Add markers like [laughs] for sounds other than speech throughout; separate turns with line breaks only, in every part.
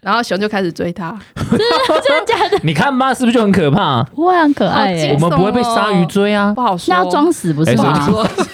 然后熊就开始追它，
[laughs] 真的假的？哦
你看吧，是不是就很可怕？
不会很可爱耶、
好
我
惊
们不会被鲨鱼追啊
不！好说。
那要装死不是
哎
吗
所？
说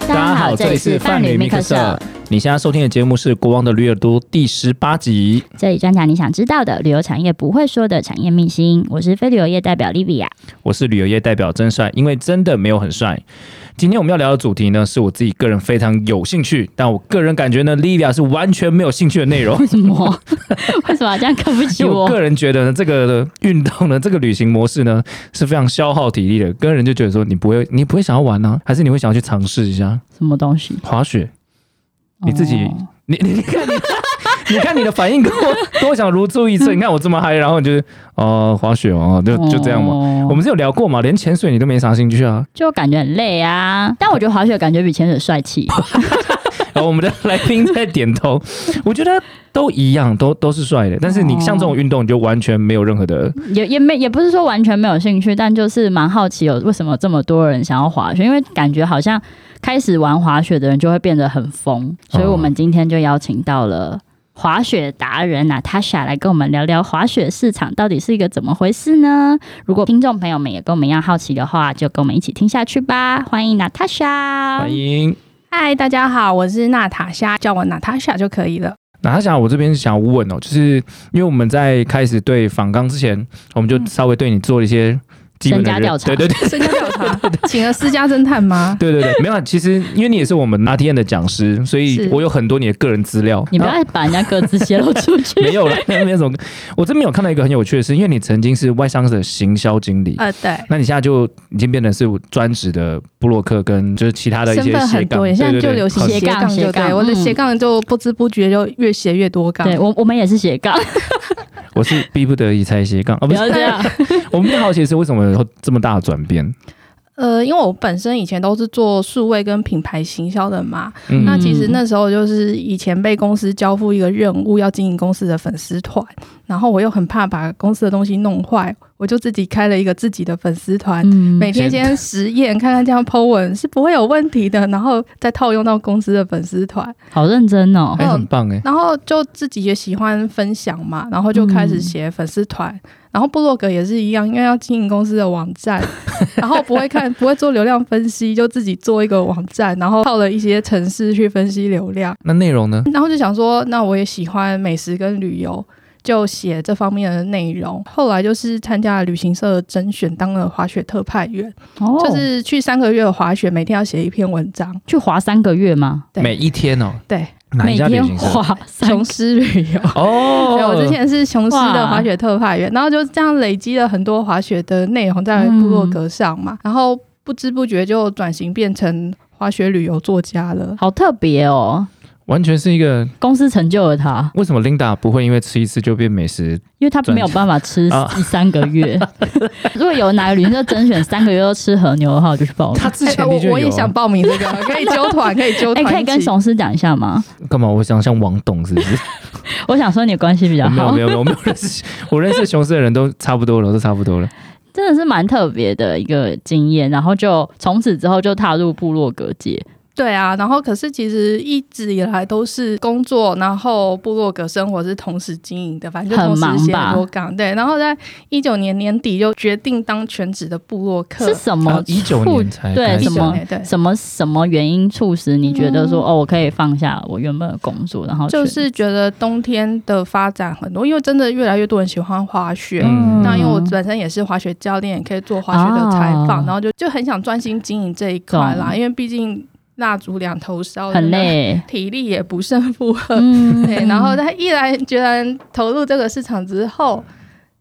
大家好，这里是伴侣 Mixer，。
你现在收听的节目是《国王的驴耳朵》第十八集。
这里专讲你想知道的旅游产业不会说的产业秘辛。我是非旅游业代表 Livia，
我是旅游业代表真帅，因为真的没有很帅。今天我们要聊的主题呢，是我自己个人非常有兴趣，但我个人感觉呢，Livia 是完全没有兴趣的
[laughs]
内容。
为什么？为什么要这样看不起
因为我 [laughs]
我？
个人觉得呢，这个运动呢，这个旅行模式呢，是非常消耗体力的。个人就觉得说，你不会，你不会想要玩呢、还是你会想要去尝试一下
什么东西？
滑雪？你自己
哦
你 [laughs] 你你看你，你看你的反应跟我跟我想如出一辙。你看我这么嗨，然后你就是哦、滑雪哦，就就这样嘛。
哦
我们是有聊过嘛，连潜水你都没啥兴趣啊。 [laughs]
就感觉很累啊，但我觉得滑雪感觉比潜水帅气。
然后我们的来宾在点头，我觉得都一样，都都是帅的。但是你像这种运动，你就完全没有任何的
也也没也不是说完全没有兴趣，但就是蛮好奇有为什么这么多人想要滑雪，因为感觉好像开始玩滑雪的人就会变得很疯，所以我
哦
们今天就邀请到了滑雪达人娜塔莎来跟我们聊聊滑雪市场到底是一个怎么回事呢？如果听众朋友们也跟我们一样好奇的话，就跟我们一起听下去吧。欢迎娜塔莎，
欢迎。
[laughs] 嗨，大家好，我是娜塔莎，叫我娜塔莎就可以了。
那他想，我这边想问哦，就是因为我们在开始对访纲之前，我们就稍微对你做了一些基本的
嗯身家
人
调查
对对对
身家调
[laughs]
查，请了私家侦探吗？
对对对，没有啊。其实因为你也是我们 RTN 的讲师，所以
是
我有很多你的个人资料。
你不
然后
要把人家各自泄露出
[laughs]
去。
没有了，没有什么。我这边有看到一个很有趣的是，因为你曾经是外商的行销经理。
呃，对。
那你现在就已经变成是专职的布洛克，跟就是其他的一
身
些
份
斜
很
杠，
多，
对
现在
对
就
对，
流行
好
斜杠，
斜
就
杠斜
对
杠
我的
嗯
斜杠就不知不觉就越斜越多杠。
对我，我们也是斜杠，
我是逼不得已才斜杠啊，
不
不
要
是。
[laughs]
这样。
我们好奇是为什么有这么大的转变？
呃，因为我本身以前都是做数位跟品牌行销的嘛，
嗯
那其实那时候就是以前被公司交付一个任务，要经营公司的粉丝团，然后我又很怕把公司的东西弄坏，我就自己开了一个自己的粉丝团。
嗯
每天
先
先实验看看这样 Po 文是不会有问题的，然后再套用到公司的粉丝团，
好认真哦。
哎、很棒哎、
然后就自己也喜欢分享嘛，然后就开始写粉丝团，然后部落格也是一样，因为要经营公司的网站，然后不会看不会做流量分析，就自己做一个网站，然后套了一些城市去分析流量，
那内容呢？
然后就想说，那我也喜欢美食跟旅游，就写这方面的内容。后来就是参加了旅行社的甄选，当了滑雪特派员，
哦，
就是去三个月的滑雪，每天要写一篇文章。
去滑三个月吗？
对
每一天哦，
对，
哪
每
一家旅
天
行社？
滑三
雄狮旅游。
哦，
对，我之前是雄狮的
哇
滑雪特派员，然后就这样累积了很多滑雪的内容在部落格上
嗯
嘛，然后不知不觉就转型变成滑雪旅游作家了。
好特别哦！
完全是一个
公司成就了他，
为什么 Linda 不会因为吃一次就变美食？
因为他没有办法吃
啊
一三个
[laughs]
月。如果有哪个旅行社甄选三个月都吃和牛的话，我就去报名。
他之
哎
前
我
的确有、啊
我也想报名
[laughs]
这个，可以揪团，可以揪
啊哎、
团一起。
可以跟雄狮讲一下吗？
干嘛？我想像王董是不是？
我想说你的关系比较
我没有
好
没，有没有，我没有认识我认识雄狮的人都差不多了，都差不多了。
真的是蛮特别的一个经验。然后就从此之后就踏入部落格界，
对啊，然后可是其实一直以来都是工作，然后部落格生活是同时经营的，反正就
很忙
同时写
吧
很多岗。对，然后在一九年年底就决定当全职的部落客。
是什么
一九
促
年才
对
开始
什么
19年对
什么什么原因促使你觉得说、哦，我可以放下我原本的工作，然后
嗯
去
就是觉得冬天的发展很多，因为真的越来越多人喜欢滑雪。
嗯
那因为我本身也是滑雪教练，也可以做滑雪的采访，
啊
然后就就很想专心经营这一块啦，
懂
因为毕竟蜡烛两头烧，
很，累，
[laughs] 体力也不胜负荷。
嗯
对，然后他毅然决然投入这个市场之后，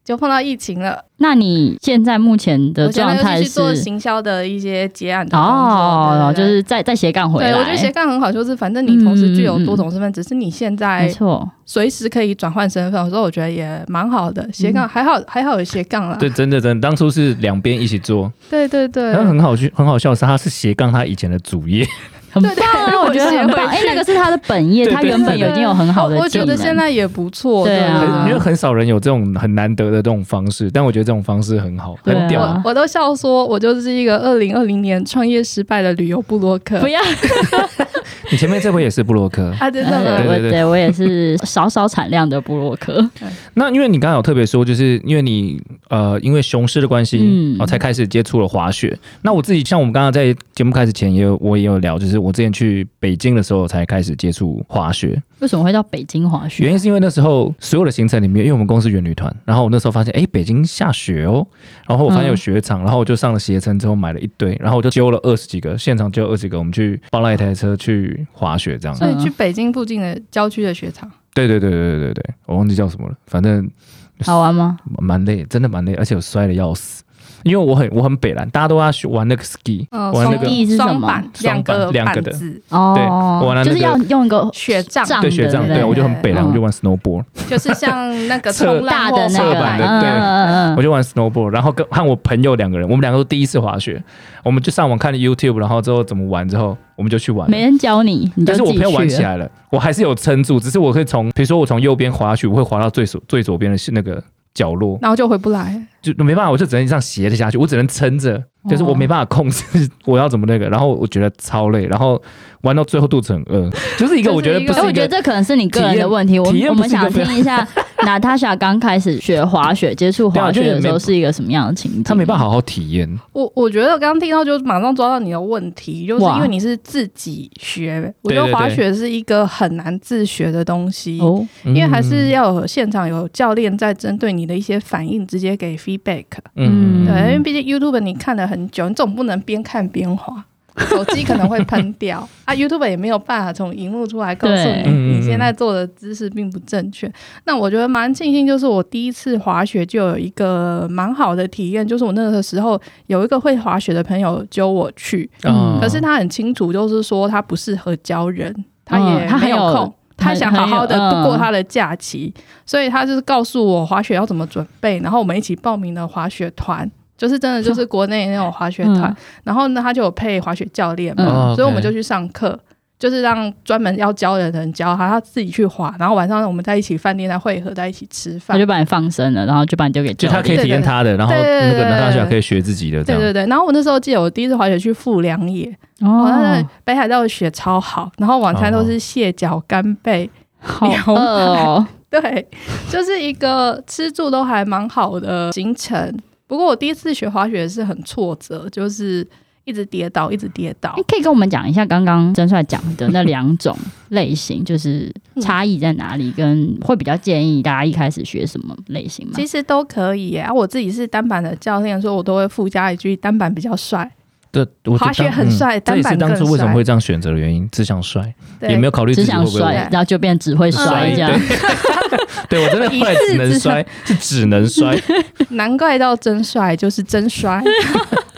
就碰到疫情了。
那你现在目前的
我现
状
在
态
就去做
是
行销的一些结案的工作，
哦，
对
就
对
是再再斜杠回
对
来。嗯
我觉得斜杠很好，就是反正你同时具有多种身份，只是你现
没
在
错，
随时可以转换身份，所以我觉得也蛮好的。斜
嗯
杠还好，还好有斜杠啦。
对，真的真的，当初是两边一起做，
对对对
然后很好去很好笑的是，他是斜杠他以前的主业，
很
对对 [laughs]
棒啊！
如果
我觉得
写
很棒。
回
哎，
去
那个是他的本业，
对
他
对
原本有已经有很好的
我
技
觉得现
能。
在也不错，
对啊
啊
很因为很少人有这种很难得的这种方式，但我觉得这种方式很好，
对啊
很屌。
我我都笑说，我就是一个二零二零年创业失败的旅游布洛克
不要，
你前面这回也是布洛克，
[laughs] 啊，真的吗？
呃
对
我
对
对我也是少少产量的布洛克。
那因为你刚刚有特别说，就是因为你呃，因为雄狮的关系，
嗯
然后才开始接触了滑雪。那我自己像我们刚刚在节目开始前也有我也有聊，就是我之前去北京的时候才开始接触滑雪，
为什么会叫北京滑雪？
原因是因为那时候所有的行程里面，因为我们公司远旅团，然后我那时候发现，哎，北京下雪哦，然后我发现有雪场，然后我就上了携程之后买了一堆，然后我就揪了二十几个，现场揪二十几个，我们去包了一台车去滑雪这样。
所以去北京附近的郊区的雪场，
对对对对对对对，我忘记叫什么了，反正
好玩吗？
蛮累，真的蛮累，而且我摔的要死，因为我很我很北蓝，大家都要去玩那个 ski，、
嗯，
玩那个
从地是什么
双板
双板
个
两个
板
的
子，
对
哦，
我玩了
就是
那
要
个
用一个
雪仗
杖
对
的
雪仗，
不
对我就很北蓝，
嗯
我就玩 snowboard，、
就是像那个
侧
冲
大
浪或
的那
侧
个，
板
板的
嗯
对
嗯嗯
我就玩 snowboard，然后跟和我朋友两个人，我们两个都第一次滑雪，我们就上网看 YouTube，然后之后怎么玩，之后我们就去玩
嗯，。没人教你，你就
但是我
自己
朋友玩起
去了。
来了，我还是有撑住，只是我会从，比如说我从右边滑去，我会滑到最左最左边的那个角落，
然后就回不来。
就没办法，我就只能这样斜着下去，我只能撑着，就是
哦
我没办法控制我要怎么那个，然后我觉得超累，然后玩到最后肚子很饿，就是一个我觉得不
哎，我
是一
觉得
个。
这可能是你个人的问题。我
体验
我们
体验不
想
是一个
听
[laughs]
一下娜塔莎刚开始学滑雪、接触滑
啊
雪的时候是一个什么样的情景？
他没办法好好体验，
我我觉得我刚刚听到就马上抓到你的问题，就是
哇
因为你是自己学，我
对
觉
对
得滑
对
雪是一个很难自学的东西。
哦，
因
因为还是要有现场有教练在针对你的一些反应直接给 feedback，、
嗯
对，因为毕竟 YouTube 你看了很久，你总不能边看边滑，手机可能会喷
[laughs]
掉啊，YouTube 也没有办法从荧幕出来告诉
对嗯
你你现在做的姿势并不正确。那我觉得蛮庆幸，就是我第一次滑雪就有一个蛮好的体验，就是我那个时候有一个会滑雪的朋友揪我去，
嗯
可是他很清楚，就是说他不适合教人，他
嗯
也
他
没
很
有
有
空，他想好好的
很有嗯
度过他的假期，所以他就是告诉我滑雪要怎么准备，然后我们一起报名了滑雪团，就是真的就是国内那种滑雪团，
嗯
然后呢他就有配滑雪教练嘛，
嗯
所以我们就去上课。就是让专门要教的人教他，他自己去滑，然后晚上我们在一起饭店再汇合，在一起吃
他
饭
就。把你放生了，然后就把你丢给
就
教
他可以
练。
体验他的，然后那个男大学可以学自己的
对
这样。
对对，然后我那时候记得我第一次滑雪去富良野，哦，那
哦，
北海道的雪超好，然后晚餐都是蟹脚、干贝， [laughs]
好
两
饿哦，
对，就是一个吃住都还蛮好的行程。不过我第一次学滑雪是很挫折，就是一直跌倒，一直跌倒
哎你。可以跟我们讲一下刚刚曾帅讲的那两种类型，就是差异在哪里，跟会比较建议大家一开始学什么类型吗？
其实都可以耶，啊，我自己是单板的教练，所以我都会附加一句单板比较帅。
对，我觉得
滑雪很帅
嗯这也是
单板
当
更
初为什么
帅
会这样选择的原因，只想摔，
对，
也没有考虑自
只
己会
想
不会
摔，然后就变只会摔
嗯
这样。
[laughs]
对我真的后来只能摔，是只能摔，
难怪到真帅就是真 [laughs] 摔。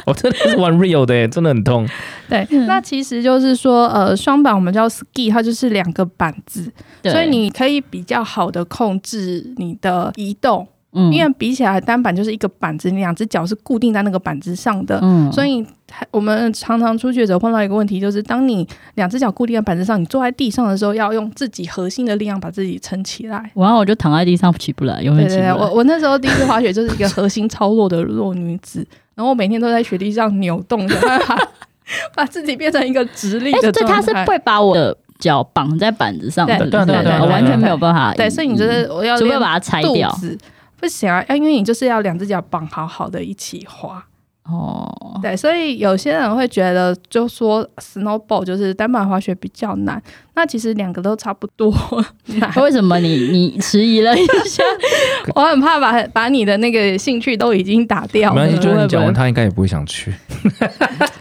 我真的是玩 real 的耶，真的很痛。
对，那其实就是说，呃，双板我们叫 ski，它就是两个板子，
对
所以你可以比较好的控制你的移动。
嗯
因为比起来单板就是一个板子，你两只脚是固定在那个板子上的。
嗯
所以，我们常常初学者碰到一个问题，就是当你两只脚固定在板子上，你坐在地上的时候，要用自己核心的力量把自己撑起来。
然后我就躺在地上起不来，永
对
远起
对
不
对，
来。
我我那时候第一次滑雪就是一个核心超弱的弱女子，然后我每天都在雪地上扭动，想办法 [laughs] 把自己变成一个直立
哎，
的
所以
状
他是
态。
会把我的脚绑在板子上的，
对
对
对对对
我完全没有办法移。
对，所以你就是我要
嗯除非
练
把它拆
肚
掉。
子不行啊，因为你就是要两只脚绑好好的一起滑。
哦，
对，所以有些人会觉得，就说 snowboard 就是单板滑雪比较难，那其实两个都差不
[laughs]
多难。
[laughs] 为什么你你迟疑了一下？
我很怕把把你的那个兴趣都已经打掉
没
了
关系，，就
就
是是
你
你
讲
讲
完
完，他应该也不会
[laughs]
想去。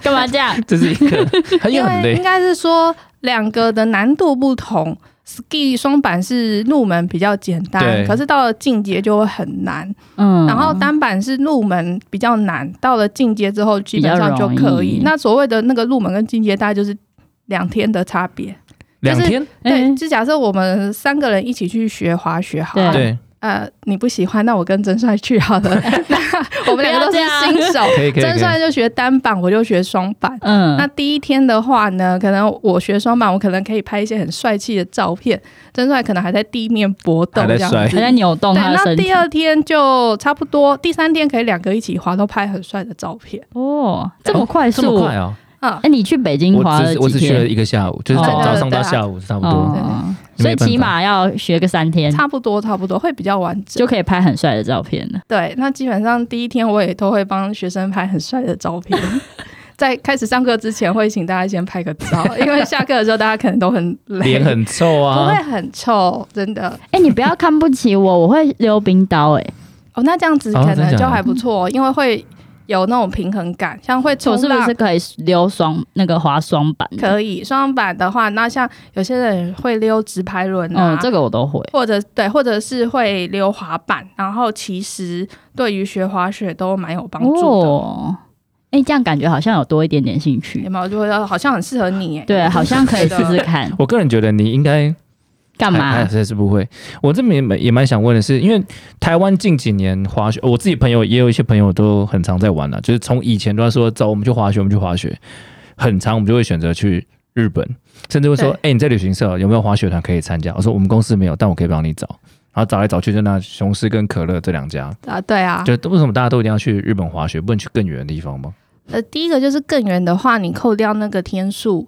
干嘛这样？
这是一个，很
因
也很
为应
累。
该是说两个的难度不同。ski 双板是入门比较简单，
对
可是到了进阶就会很难。
嗯，
然后单板是入门比较难，到了进阶之后基本上就
比较
可
容易
以。那所谓的那个入门跟进阶，大概就是两天的差别。
两
就是
天，
哎
对，就假设我们三个人一起去学滑雪好了，
对
对，
呃，你不喜欢，那我跟真帅去好了。 [laughs] 那我们两个都是新手，
可以可以可
真
以，
帅就学单板，我就学双板。
嗯，
那第一天的话呢，可能我学双板，我可能可以拍一些很帅气的照片。真帅可能还在地面搏斗
还
这
在
样
摔
子
还，在扭动
对，
他的
那
身体
第。二天就差不多，第三天可以两个一起滑，都拍很帅的照片
哦，这么快速？
这么快哦！
啊。
哎，你去北京滑
我
了
只我
几
只去了
天？
一个下午，就是
哦
早
对
早上
对
到
啊
下午差不多。
哦，
对
所以
没办法
起码要学个三天，
差不多，差不多会比较完整。
就可以拍很帅的照片了。
对，那基本上第一天我也都会帮学生拍很帅的照片，
[laughs]
在开始上课之前会请大家先拍个照，因为下课的时候大家可能都很累，
脸很臭
不会
啊，
很臭，真的。
哎，你不要看不起我，我会溜冰刀。哎，
哦，那这样子
哦
可
真的
能
假
就
的
还不错、哦因为会有那种平衡感，像会冲
我是不
浪
是可以溜双那个滑双板？
可以，双板的话，那像有些人会溜直排轮啊，
嗯，这个我都会。
或者对，或者是会溜滑板，然后其实对于学滑雪都蛮有帮助的。
哦，哎，这样感觉好像有多一点点兴
有
趣。
没有？就会说好像很适合你耶。
对，好像可以
觉
试
得
试看。
我个人觉得你应该
干
还
嘛
还？哎是不会。我这边也蛮也蛮想问的是，因为台湾近几年滑雪，我自己朋友也有一些朋友都很常在玩了、就是从以前都在说走，我们去滑雪，我们去滑雪，很常我们就会选择去日本，甚至会说，哎、你在旅行社有没有滑雪团可以参加？我说我们公司没有，但我可以帮你找。然后找来找去就那雄狮跟可乐这两家，
[laughs] 啊，对啊。
就为什么大家都一定要去日本滑雪，不能去更远的地方吗？
呃，第一个就是更远的话，你扣掉那个天数，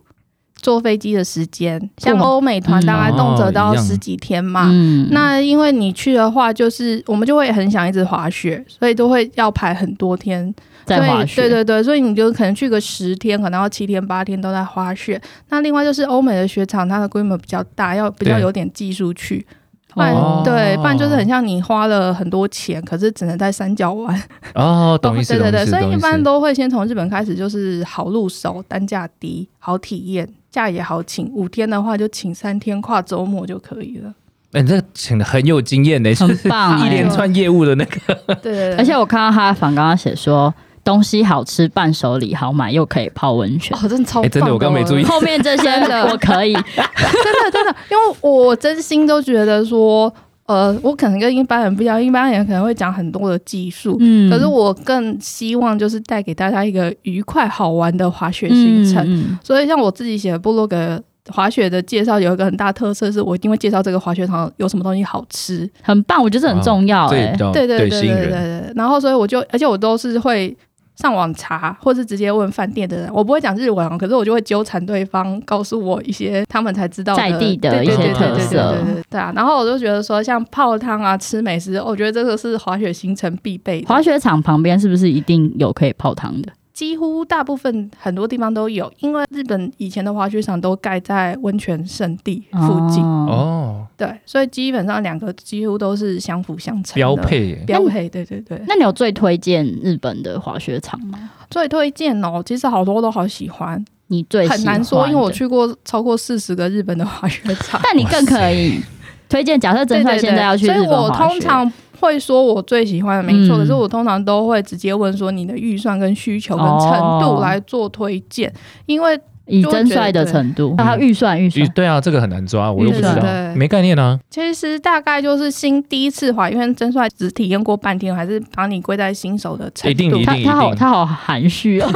坐飞机的时间，像
过吗
欧美团
嗯
大概动辄
哦
都
一
要
样
十几天嘛。
嗯，
啊那因为你去的话，就是我们就会很想一直滑雪，所以都会要排很多天
在滑雪，
对对对，所以你就可能去个十天，可能要七天八天都在滑雪。那另外就是欧美的雪场，它的规模比较大，要比较
对
有点技术去。不然、
哦，
对，不然就是很像你花了很多钱，可是只能在山脚玩。
哦，懂意思，
对 [laughs]
懂
对对，
意思，
所
懂
以
意
一
思
般都会先从日本开始，就是好入手，单价低，好体验，假也好请。五天的话就请三天，跨周末就可以了。 [laughs]
哎、你这个请的很有经验呢、
很棒
一
哎
连串业务的那个。
对对对，
而且我看到他的房刚刚写说，东西好吃，伴手礼好买，又可以泡温泉。
[laughs] 哦，真的超
哎
棒、
真的我刚没注意
后面这些
真的
[laughs] 我
[laughs]
可以，
真的真的，因为我真心都觉得说，呃，我可能跟一般人不一样，一般人可能会讲很多的技术，
嗯
可是我更希望就是带给大家一个愉快好玩的滑雪行
嗯
程。
嗯
所以像我自己写的部落格滑雪的介绍，有一个很大特色是我一定会介绍这个滑雪场有什么东西好吃。
很棒，我觉得这很重要
这也
哎
比。较
对对对
哦吸
对
引
对
人。
对。然后所以我就，而且我都是会。上网查，或是直接问饭店的人，我不会讲日文哦，可是我就会纠缠对方，告诉我一些他们才知道
在地的
对
一
对
些
对对
特
对
色
对对对对啊。然后我就觉得说，像泡汤啊、吃美食，我觉得这个是滑雪行程必备的，
滑雪场旁边是不是一定有可以泡汤的？
几乎大部分很多地方都有，因为日本以前的滑雪场都盖在温泉圣地附近，
哦，
哦，
对，所以基本上两个几乎都是相辅相成的嗯
标配耶，
标配，对对对。
那你有最推荐日本的滑雪场吗？
最推荐哦，其实好多都好喜欢，
你最喜
很难
欢
说，因为我
的，。
去过超过四十个日本的滑雪场
[laughs] 但你更可以推荐。假设
对
真帅
对
现在要
对，
去
所以
日本
我
滑
通
雪，
常会说我最喜欢的没错，
嗯
可是我通常都会直接问说你的预算跟需求跟程
哦
度来做推荐，因为
以
就会
真
觉得
帅的
对
程度，还有预算预
咦
算，
对啊，这个很难抓，我又不知
对
道，
嗯对
没概念啊。
其实大概就是新第一次滑，因为真帅只体验过半天，还是把你归在新手的程
一定
度
一，
他
定
他好
定
他好含蓄哦，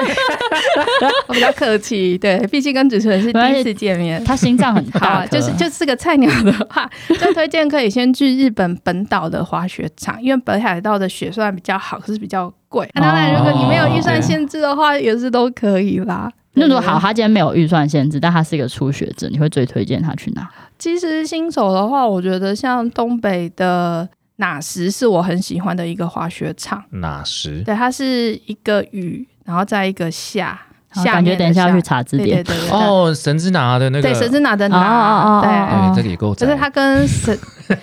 我比较客气，对，毕竟跟主持人是第一次见面。
他心脏很
好
大
啊，
颗，
就是就是个菜鸟的话，就推荐可以先去日本本岛的滑雪场，因为北海道的雪虽然比较好，可是比较贵。那、当然，如果你没有预算限制的话，也是都可以啦。
那如果
对
好，，他今天没有预算限制，但他是一个初学者，你会最推荐他去哪？
其实新手的话，我觉得像东北的哪石是我很喜欢的一个滑雪场。
哪时？
对，它是一个雨，然后再一个下，
好
下
感觉
面
等一下
的
要去
下
查字
对对
典。
对对对，
哦，神之拿的那个，
对，神之拿的
哦哦哦
拿，
哦
对。
哎，这个也够窄。
就是它跟神，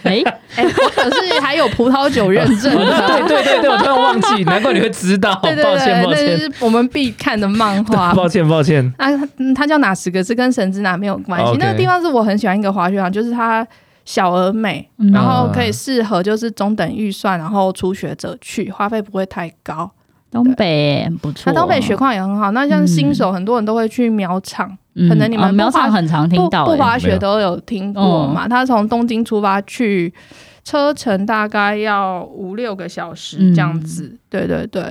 哎，
哎、我可是还有葡萄酒认证
对 [laughs]
的，
对对对，我突然
[laughs]
忘记，难怪你会知道。
对对
哦抱歉
对，
抱
那
歉
是我们必看的漫画。
抱歉抱歉。
啊，它嗯它叫哪十个字跟神之拿没有关系。
OK
那个地方是我很喜欢一个滑雪场，就是它小而美，
嗯
然后可以适合就是中等预算，然后初学者去，花费不会太高。
东北很不
啊
错，啊
那东北雪况也很好，那像新
嗯
手很多人都会去苗场，
嗯
可能你们
哦
不
苗场
滑
很常听到
不不
哎
滑雪都有听过嘛？他从东京出发去车程大概要五六个小时这样
嗯
子。对对对，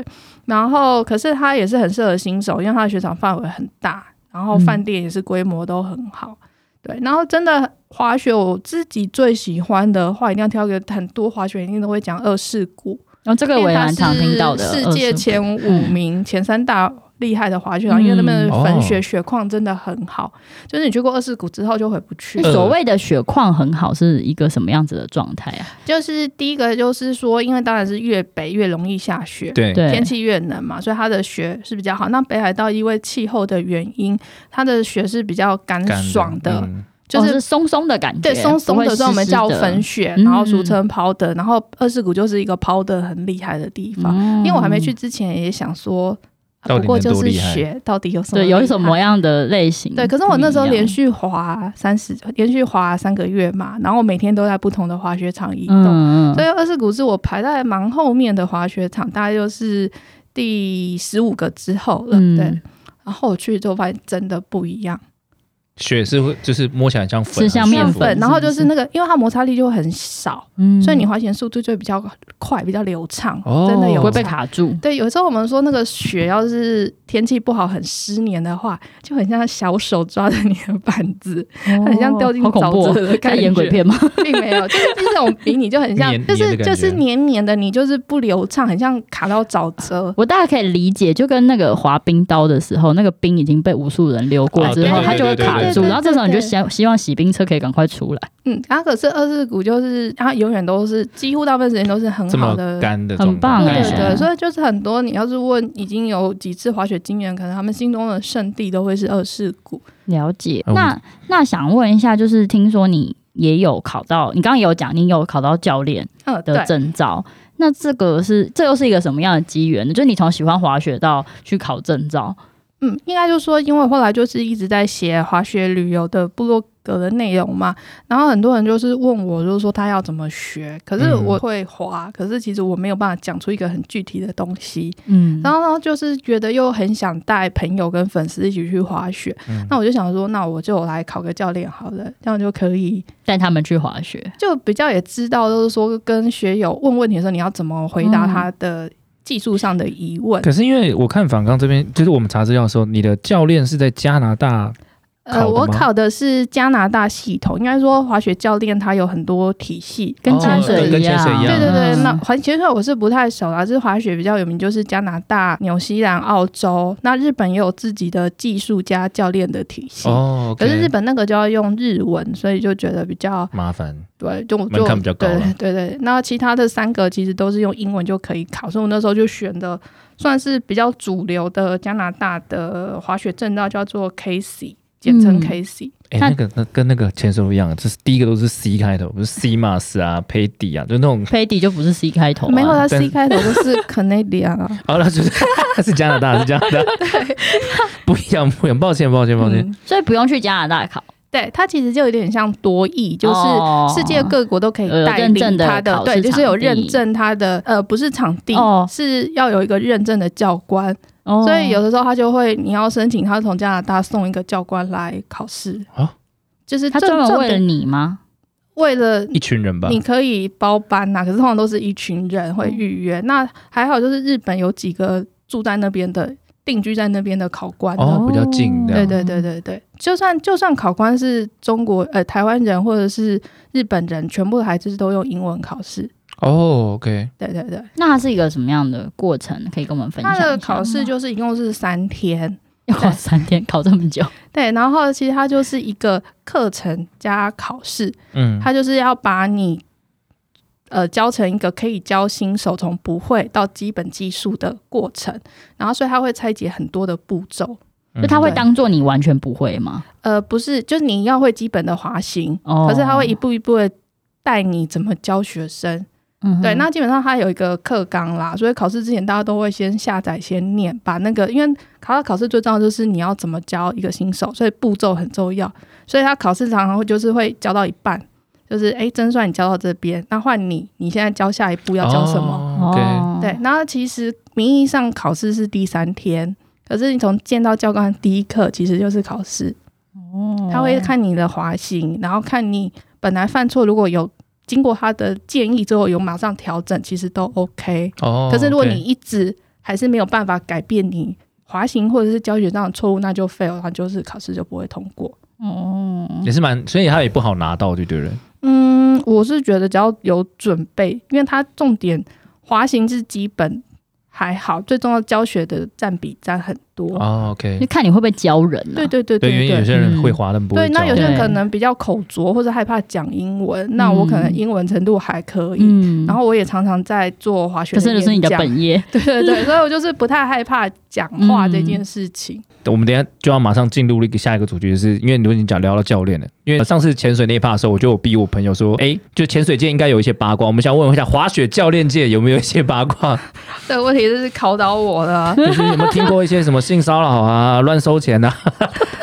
然后可是它也是很适合新手，因为它的雪场范围很大，然
嗯
后饭店也是规模都很好。对，然后真的滑雪，我自己最喜欢的话，一定要挑一个很多滑雪一定都会讲二世谷，
然后哦这个
因
我
为
也
它
蛮
是
常听到的，
世界前五名、前三大厉害的滑雪场，
嗯
因为那边的粉雪、
哦
雪况真的很好，就是你去过二世谷之后就回不去
那。所谓的雪况很好是一个什么样子的状态啊？
就是第一个就是说，因为当然是越北越容易下雪。
对
对，
天气越冷嘛，所以它的雪是比较好。那北海道因为气候的原因，它的雪是比较干
干
爽的，
嗯
就
哦
是
是松松的感觉，
对，松松
不会
的，所以我们
湿湿
叫
的
粉雪，
嗯
然后俗称抛的，然后二世谷就是一个抛的很厉害的地方。因为我还
嗯
没
哦
去之前也想说，啊
到底
不过
能
就
多
是
厉害
雪到底有什么
对，
厉
有什么
害？
样的类型？
对，可是我那时候
不一样
连续滑三十，连续滑三个月嘛，然后我每天都在不同的滑雪场移动，
嗯嗯，
所以二世谷是我排在蛮后面的滑雪场，大概就是第十五个之后了。
嗯
对，然后我去之后发现真的不一样。
雪是会就是摸起来像粉，啊
是像
很舒
面
服
粉
然后就是是那个，因为它摩擦力就很少，
嗯
所以你滑行速度就会比较快，比较流畅，
哦
真的有
不会被
差。
卡住，
对，有时候我们说那个雪要是天气不好很湿黏的话，就很像小手抓着你的板子，很像掉进
哦好恐怖
沼
哦
泽的
在
感觉。
演鬼片吗？ [laughs]
并没有，就是这种比你就很像，
黏
就是
黏的感觉
就是黏黏的，你就是不流畅，很像卡到沼
哦
泽。
我大概可以理解，就跟那个滑冰刀的时候，那个冰已经被无数人溜过
啊
之后，
对对
它就会
对对
卡
对
住，
对
然后这时候你就希希望洗冰车可以赶快出来，
嗯，然、后可是二世谷就是它永远都是几乎大部分时间都是很
这
好
么
的
干的
很
状态，
棒
对
哎
对对，所以就是很多，你要是问已经有几次滑雪经验，可能他们心中的圣地都会是二世谷。
了解。
嗯
那那想问一下，就是听说你也有考到，你刚刚有讲你有考到教练
嗯，对
的。证照，那这个是这又是一个什么样的机缘呢？就是你从喜欢滑雪到去考证照，
嗯，应该就是说，因为后来就是一直在写滑雪旅游的部落格的内容嘛，然后很多人就是问我，就是说他要怎么学，可是
嗯
我会滑，可是其实我没有办法讲出一个很具体的东西，
嗯
然后呢，就是觉得又很想带朋友跟粉丝一起去滑雪，
嗯
那我就想说，那我就来考个教练好了，这样就可以
带他们去滑雪，
就比较也知道，就是说跟学友问问题的时候，你要怎么回答他的技术上的疑问。
可是因为我看反刚这边，就是我们查资料的时候，你的教练是在加拿大，
呃，
考的吗
我考的是加拿大系统，应该说滑雪教练他有很多体系。
跟
哦
潜水
跟跟潜水一
一
对
样
样，
对对，
嗯
那滑其实我是不太熟啦，就是滑雪比较有名，就是加拿大、纽西兰、澳洲，那日本也有自己的技术加教练的体系。
哦，
可是
OK
日本那个就要用日文，所以就觉得比较
麻烦，
对，就
门
就
槛比较高
对
了
对对，那其他的三个其实都是用英文就可以考，所以我那时候就选的算是比较主流的加拿大的滑雪证照，叫做 KC，简称
嗯
KC。
哎，
那
那个那跟那个前手一样，就是第一个都是 C 开头，不是 C mas 啊、p a d y 啊，就那种，
p a d y 就不是 C 开头啊、
没有，它
哦但
C 开头就是 Canadian
[laughs]
啊。
好了，那就是是加拿大，是加拿大，不一样，不一样，抱歉，抱歉，抱歉，
嗯，
所以不用去加拿大考，
对，它其实就有点像多义，就是。
哦
世界各国都可以
有
带
认证
领
的
它的，
考
对，
试
就是有
场地
认证它的，呃，不是场地，
哦
是要有一个认证的教官，
哦
所以有的时候他就会，你要申请，他从加拿大送一个教官来考试
啊，
就是
他
正
专门
正
为了你吗？
为了
一群人吧，
你可以包班啊呐、可是通常都是一群
嗯
人会预约。那还好，就是日本有几个住在那边的、定居在那边的考官啊呢。
哦比较近这
对
样
对对对对，就算就算考官是中国呃台湾人或者是日本人，全部还是都用英文考试。
哦，OK，
对对对，
那它是一个什么样的过程？可以跟我们分享一
他
下吗？
的考试就是一共是三天，
要考三天，考这
[laughs]
么久，
嗯
对，然后其实它就是一个课程加考试，
嗯，
他就是要把你呃教成一个可以教新手从不会到基本技术的过程，然后所以他会拆解很多的步骤。
嗯
就他会
对
当做你完全不会吗？
呃，不是，就是你要会基本的滑行，
哦
可是他会一步一步的带你怎么教学生。
嗯哼
对，那基本上它有一个课纲啦，所以考试之前大家都会先下载、先念，把那个因为考到考试最重要就是你要怎么教一个新手，所以步骤很重要。所以他考试常常会就是会教到一半，就是哎，诶真算你教到这边，那换你，你现在教下一步要教什么？
o k
哦
对，，然后其实名义上考试是第三天，可是你从见到教官第一课其实就是考试。
哦
他会看你的滑行，然后看你本来犯错，如果有经过他的建议之后有马上调整，其实都 OK。
哦
可是如果你
OK
一直还是没有办法改变你滑行或者是教学上的错误，那就 fail，它就是考试就不会通过。
哦，
也是蛮，所以他也不好拿到，对不对了？
嗯，我是觉得只要有准备，因为它重点滑行是基本还好，最重要教学的占比占很多。
哦
就
，OK，
看你会不会教人啊。
对对对
对，因
对
为有些人
嗯
会滑，但不会
对，那
教
有些人
对
可能比较口拙或者害怕讲英文，那我可
嗯
能英文程度还可以。
嗯
然后我也常常在做滑雪
这
的
真的
演讲，
是你的本业，
对对
[laughs]
对，所以我就是不太害怕讲话
嗯
这件事情。 [laughs]
我们等一下就要马上进入一个下一个主题，就是因为你都已经讲聊到教练了。因为上次潜水那一趴的时候，我就有逼我朋友说，哎，就潜水界应该有一些八卦，我们想问一下滑雪教练界有没有一些八卦， [laughs]
这个问题就是考倒我了，
就是有没有听过一些什么性骚扰啊、乱收钱啊？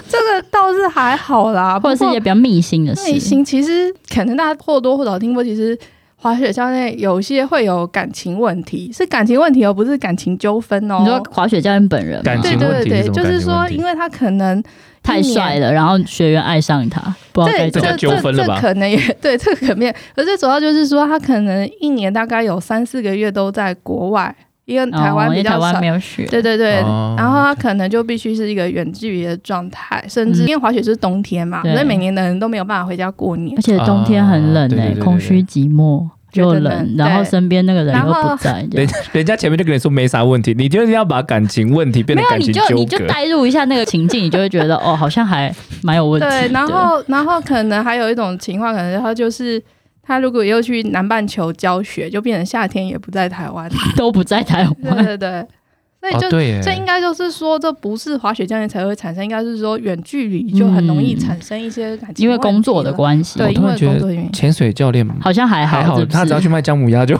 这个倒是还好啦，
或者是一些比较密心的
不过内
事。
心其实可能大家或多或少听过，其实。滑雪教练有些会有感情问题，是感情问题哦，不是感情纠纷哦。
你说滑雪教练本人吗
感
对
情问
对
题
对
是什
对，
么
就是
感情
说，
问题
因为他可能
太帅了，然后学员爱上他，不知道该
这
怎
这
么
叫
这
纠纷了吧
这可能也 [laughs] 对，这可能也，可是主要就是说，他可能一年大概有三四个月都在国外，因为
哦
台湾
因
比
为
较
台
少。
湾没有学，
对对对，
哦
然后他可能就必须是一个远距离的状态，甚至
嗯
因为滑雪是冬天嘛，
对
所以每年的人都没有办法回家过年
而。且冬天很冷
啊对对
诶、
对对
空虚寂寞
觉得
又
冷
冷，
对
然后身边那个人又
然
不
后
在，这
人
样
家人家前面就跟你说没啥问题，你就是要把感情问题变
没
得
有
感
你
情
就
纠
你就
葛。
带入一下那个情境，你就会觉得
[laughs]
哦，好像还蛮有问题的。
对，然后然后可能还有一种情况，可能他就是他如果又去南半球教学，就变成夏天也不在台
[laughs]
湾。
[laughs] 都不在台
对
湾，
对对，所以就
哦，对耶，
这应该就是说，这不是滑雪教练才会产生，应该是说远距离就很容易产生一些感情、
嗯因为工作的，关系，
对，
我
因
突
为
然觉得
工作的原因。
潜水教练
好像还好，
还好，
是不是
他只要去卖姜母鸭就。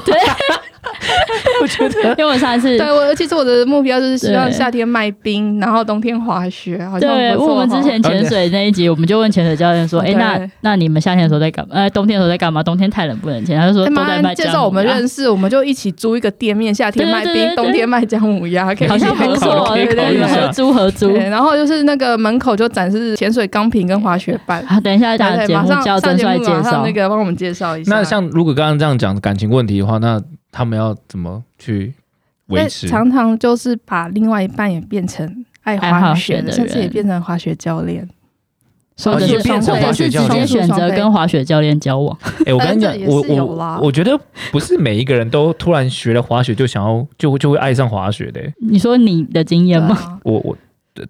[laughs]
我觉得
[laughs] 因为 [laughs] 我上一次
对我，其实我的目标就是希望
对
夏天卖冰，然后冬天滑雪，好像
对，
不错
我们之前潜水那一集，我们就问潜水教练说：“哎、
[laughs] 对
那那你们夏天的时候在干嘛？呃，冬天的时候在干嘛？冬天太冷不能潜。”他就说：“
哎
都
麻
在
烦
卖啊
介
姜
绍我
母
们
鸭
认识，我们就一起租一个店面，夏天卖
对对对
冰，
对
冬天卖姜母鸭，可以
好像
一起
不错，
考虑 [laughs] 对
对对，
考
你
虑一
们
下
对
合租合租。
对。然后就是那个门口就展示潜水钢瓶跟滑雪板，
好，等一下
对
打
对，
节
马
目
上
叫
上
曾
节
帅
目
介
马上
绍
那。个帮我们介绍一下。
[laughs] 那像如果刚刚这样讲感情问题的话，那他们要怎么去维
但
持？
常常就是把另外一半也变成爱
爱
滑
滑
雪
雪的
甚至也
人
变成滑雪教练，
或
哦
者
你
是
也变成
或者
滑
是
雪教
直接
练
选择跟滑雪教练交往，
哎、我跟你讲
但这，也
我
是有啦
我我觉得不是每一个人都突然学了滑雪就想要就就会爱上滑雪的、欸
你说你的经验吗？
吗？
我我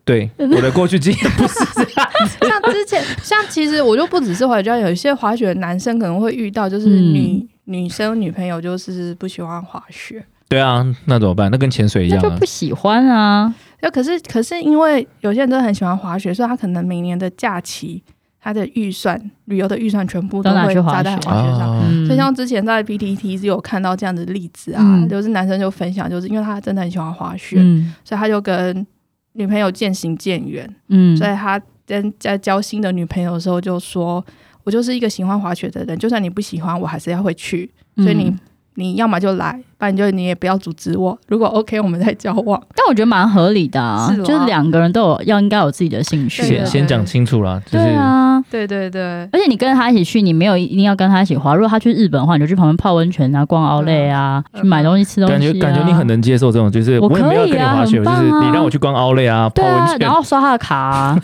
对
[laughs]
对我的过去经验不是这样，
[laughs] 像之前，像其实我就不只是滑雪教练，有一些滑雪的男生可能会遇到，就是
嗯
女、女生女朋友就是不喜欢滑雪。
对啊，那怎么办？那跟潜水一
那
样
就
啊
不。喜欢啊。
就可是可是因为有些人真的很喜欢滑雪，所以他可能每年的假期，他的预算旅游的预算全部
都拿
会
去滑
砸在
雪
滑雪上。
啊，
嗯，
所以像之前在 PTT 是有看到这样的例子啊，
嗯
就是男生就分享，就是因为他真的很喜欢滑雪，
嗯
所以他就跟女朋友渐行渐远。
嗯，
所以他跟在交新的女朋友的时候就说：“我就是一个喜欢滑雪的人，就算你不喜欢，我还是要会去。所以你、
嗯
你要么就来，不然就你也不要阻止我。如果 OK，我们再交往。
但我觉得蛮合理的啊，
是啦哦
就是两个人都有要应该有自己的兴趣
对
先
啊
啊。
先讲清楚啦，就是
对啊，”
对对对，
而且你跟他一起去，你没有一定要跟他一起滑。如果他去日本的话，你就去旁边泡温泉啊、逛奥莱啊、
嗯
去买东西、吃东西、啊。
感觉感觉你很能接受这种，就是
我
我也没有
可以
跟你
啊
滑雪，
很
就
棒
是
啊
你让我去逛奥莱啊、泡
对啊
温，泉
然，后刷他的卡啊、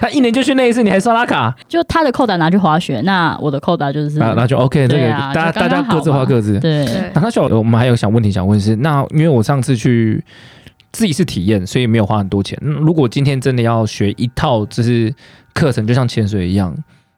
他一年就去那一次，你还刷他卡，
就他的扣打拿去滑雪，那我的扣打就是、
那那就 OK，这
嗯对
个
啊
大家
就刚
大
刚
家各自
好嘛
花各自。
对
对
唐大秀，我们还有想问题想问是，那因为我上次去自己是体验，所以没有花很多钱。嗯如果今天真的要学一套就是课程，就像潜水一样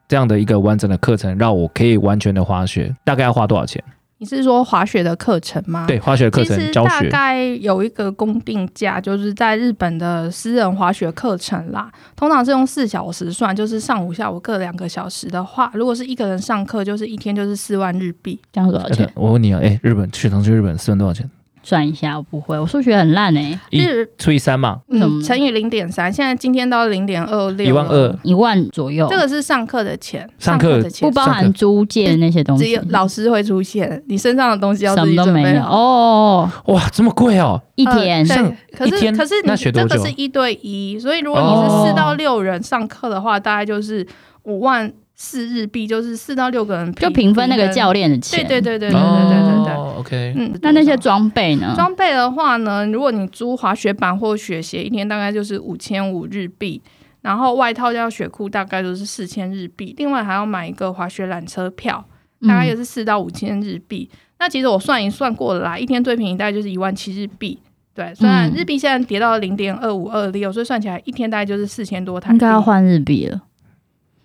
这样的一个完整的课程，让我可以完全的滑雪，大概要花多少钱？
你是说滑雪的课程吗？
对，。滑雪课
啊其
程
实
教
大
学
概有一个公定价，就是在日本的私人滑雪课程啦，通常是用四小时算，就是上午、下午各两个小时的话，如果是一个人上课，就是一天就是四万日币。
这样多少
呃
钱？
我问你啊，哎、日本去常去日本四万多少钱？
算一下，我不会，我数学很烂哎、
一
日
除以三嘛，
为什么
嗯，乘以零点三，现在今天到零点二六，
一万二，哦
一万左右，
这个是上课的钱，
上课
的钱
不包含租借那些东
只
西
有，老师会出现，你身上的东西要
什
自
么
己
都
准
没
备
有。哦，
哇，这么贵哦！
一
呃
天、
上
对，可
一
是
天
可是
那
你
学
这
多久
个是一对一，所以如果你
哦
是四到六人上课的话，大概就是五万四日币，就是四到六个人
就平分那个教
练。
练的钱。
对对对对对对对对对。
哦，OK，
嗯，
那那些装备呢？
装备的话呢，如果你租滑雪板或雪鞋，一天大概就是五千五日币，然后外套加雪裤大概就是四千日币，另外还要买一个滑雪缆车票，大概也
嗯
是四到五千日币。那其实我算一算过来，一天最便宜大概就是一万七日币。对，虽然
嗯
日币现在跌到零点二五二六，所以算起来一天大概就是四千多台币。
应该要换日币了。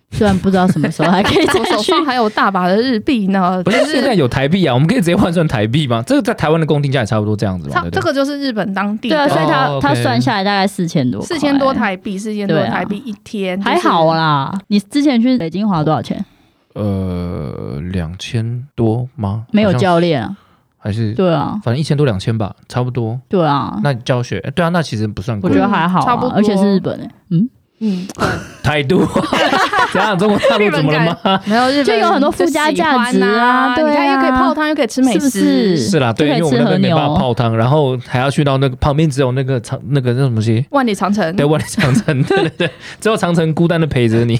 虽然不知道什么时候还可以再
我手
去
上还有大把的日币
[laughs]
呢，
不
就是
现在有台币啊，我们可以直接换算台币吗？这个在台湾的公定价也差不多这样子嘛，
差
对不
这
对？
个就是日本当地
对啊，
的
所以他、
哦，OK
他算下来大概四千多，
四千多，台币，四千多台币一天，
啊还
就是
好啊啦。你之前去北京花了多少钱？
呃，两千多吗？
没有
好像
教练啊？
还是
对啊，
反正一千多两千吧，差不多。
对啊，
那教学，哎对啊，那其实不算
我
贵
觉，得还好、
差不
啊
多，
而且是日本、欸，嗯， [laughs]
嗯，对，
态度怎样？中国大陆怎么了吗？
没有日本
就有很多附加价
就
值啊
喜欢
对啊
你看又可以泡汤，又可以吃美食，
是不是
是啦，对，因
就可以
为我们
吃
那边没
和牛
办法泡汤，然后还要去到那个旁边只有那个长那个那什么东西，
万里长城
嗯
对，，万里长城，对对对，只有长城孤单的陪着
[laughs]
你，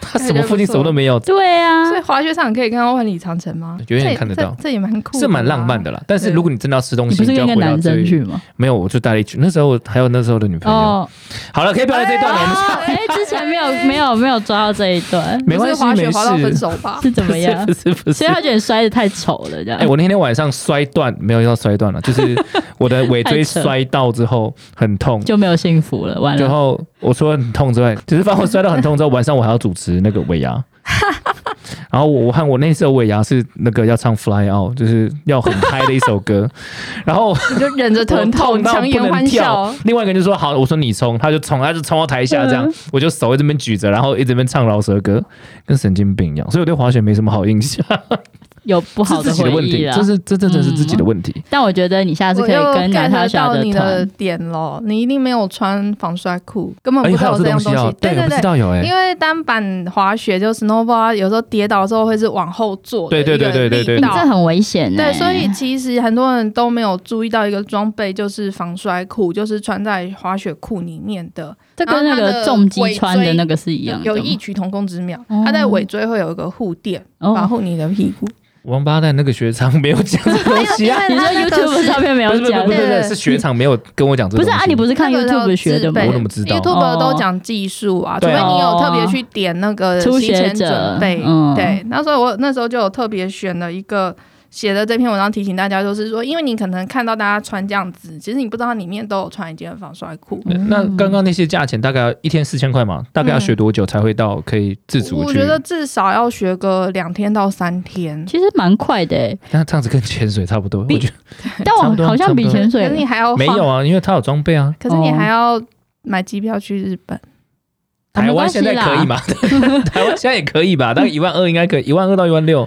它什么附近什么都没有，
对啊
所，以滑雪场可以看到万里长城吗？
远远看得到
这这这也蛮酷，啊
是蛮浪漫。的啦。但是如果你真的要吃东
你
西，
不是
你就要
跟一个
回到
男
最
生去哦吗？
没有，我就带了一群，那时候还有那时候的女朋友。，好了，可以不要聊这一段了，我们
哦哎、之前没有没有没有抓到这一
[laughs]
段，
没关系，
不是滑
没
雪滑到分
事。
手
[laughs]
吧？
是怎么样
不？是不是
所以他觉得你摔的太丑了，这样。
哎、我那天晚上摔断，没有要摔断了，就是我的尾椎
太扯
摔到之后很痛，
就没有幸福了，完
然
了。
后我除了很痛之外，只是把我摔到很痛之后，晚上我还要主持那个尾牙。然后我我和我那时候尾牙是那个要唱《Fly Out》，就是要很嗨的一首歌。 [laughs] 然后
你就忍着疼
痛
痛，
到
强
不
颜
能
欢
跳
笑。。
另外一个人就说好，我说你冲，他就冲，他就冲到台下这样
嗯，
我就手一直边举着，然后一直边唱饶舌歌，跟神经病一样。所以我对滑雪没什么好印象，
有不好
是自己的
回
问
忆啊嗯
题，
啦
这。是这真的是自己的问题。
但我觉得你下次
我
可以
又
跟男
get
他小
到
的
你的
团，
点咯，你一定没有穿防摔裤，根本
哎
不知
还
道
有这
这样
西哦
西。，对
我
对
不知
对，
道有哎
因。为单板滑雪就 snowboard，有时候跌倒的时候会是往后坐的
对
一个
对
力道，
对对对对
你这很危险欸
对，所以其实很多人都没有注意到一个装备，就是防摔裤，就是穿在滑雪裤里面的，
这跟那
然后他
个
的
重击穿的那个是一样的
有
吗，
异曲同工之妙。
哦
它在尾椎会有一个护垫，保
哦。
护你的屁股。
王八蛋那个雪场 [laughs] 没有讲这个东西啊，
哦你说
它那个
YouTube
是
上面没
不
有
是不是
讲
不，是不是
对
是雪场没有跟我讲这个
不
东
是
西。
啊？你不是看
那个叫
YouTube 学的吗
自？备
我怎么知道
哦
？YouTube 都讲技术啊，除
对
非
啊
你有特别去点那个
哦初
行
学
前
者
准备。
嗯
对，那时候我那时候就有特别选了一个。写的这篇文章提醒大家，就是说，因为你可能看到大家穿这样子，其实你不知道它里面都有穿一件防摔裤。
那刚刚那些价钱大概一天四千块嘛，大概要学多久才会到可以自主
我
去？
觉得至少要学个两天到三天。
其实蛮快的
[laughs]
欸，
那这样子跟潜水差不多，我觉得
但
差不多
我好
差
像
不
比
多
潜
可是你
水
还要
没
花
有啊，因为他有装备啊。
可是你
哦
还要买机票去日本，
啊
台
没
湾
关
现
系
在
啦
可以吗？台湾现在也可以吧？大概一万二应该可以，一万二到一万六，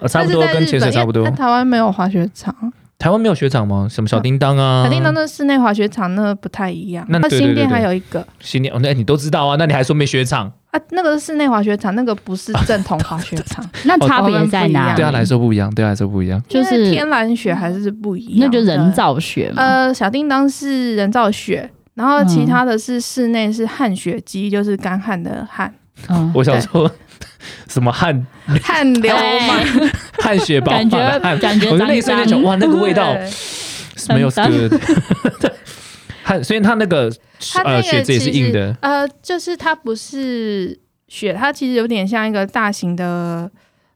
呃差
但
不
是
多
在
跟
日
潜
本
水差不多
因为。台湾没有滑雪场，
台湾没有雪场吗？什么小叮当啊？
肯定当那室内滑雪场那不太一样。
那
它
对
新
对
店
对
还
对
有一个
新年，哦那你都知道啊？那你还说没雪场？
啊，那个是室内滑雪场，那个不是正统滑雪
[laughs]
场，
那差别在哪？
嗯
对他来，说不一样，对他来说不一样。
因
就
为
是
天然雪还是不一样，
那就人。造雪嘛。嗯
呃，小叮当是人造雪。然后其他的是室内是旱雪机，就是干旱的旱，
嗯，
我想说什么汗
[laughs] 汗流
[laughs]
满
哎
汗血宝
感觉
马的汗，
感觉
我就那一瞬间
脏
想，哇，那个味道
对
smells
脏
good。汗，所以它那个
它那
呃
个
血子也是
其实
硬的，
呃，就是它不是雪，它其实有点像一个大型的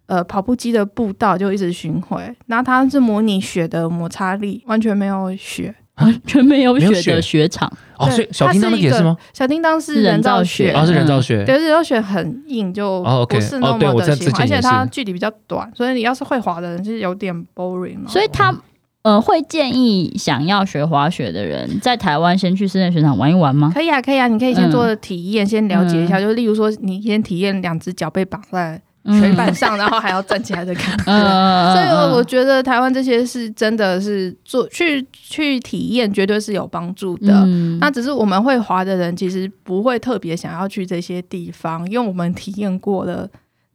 呃跑步机的步道，就一直巡回。然后它是模拟雪的摩擦力，完全没有雪。
完全没有
没有
雪的雪场，
哦，
对
所以小叮当那个也是吗？
小叮当是
是人
人
造
造
雪
雪，
哦，是人造雪。
对，嗯人造雪很硬，就
哦，OK
不是那
哦对
么
我
的
在
喜
之前
欢，而
也
且
是
它距离比较短，所以你要是会滑的人，就是有点 boring 了。
所以他呃会建议想要学滑雪的人，在台湾先去室内雪场玩一玩
嗯
吗？
可以啊，可以啊，你可以先
嗯
做体验，先了解一下。就是例如说，你先体验两只脚被绑在
嗯
水
[laughs]
板上，然后还要站起来的
[laughs]
感觉。
嗯
呃，
所以我，我
我
觉得台湾这些是真的是做去去体验，绝对是有帮助的。
嗯
那只是我们会滑的人，其实不会特别想要去这些地方，因为我们体验过了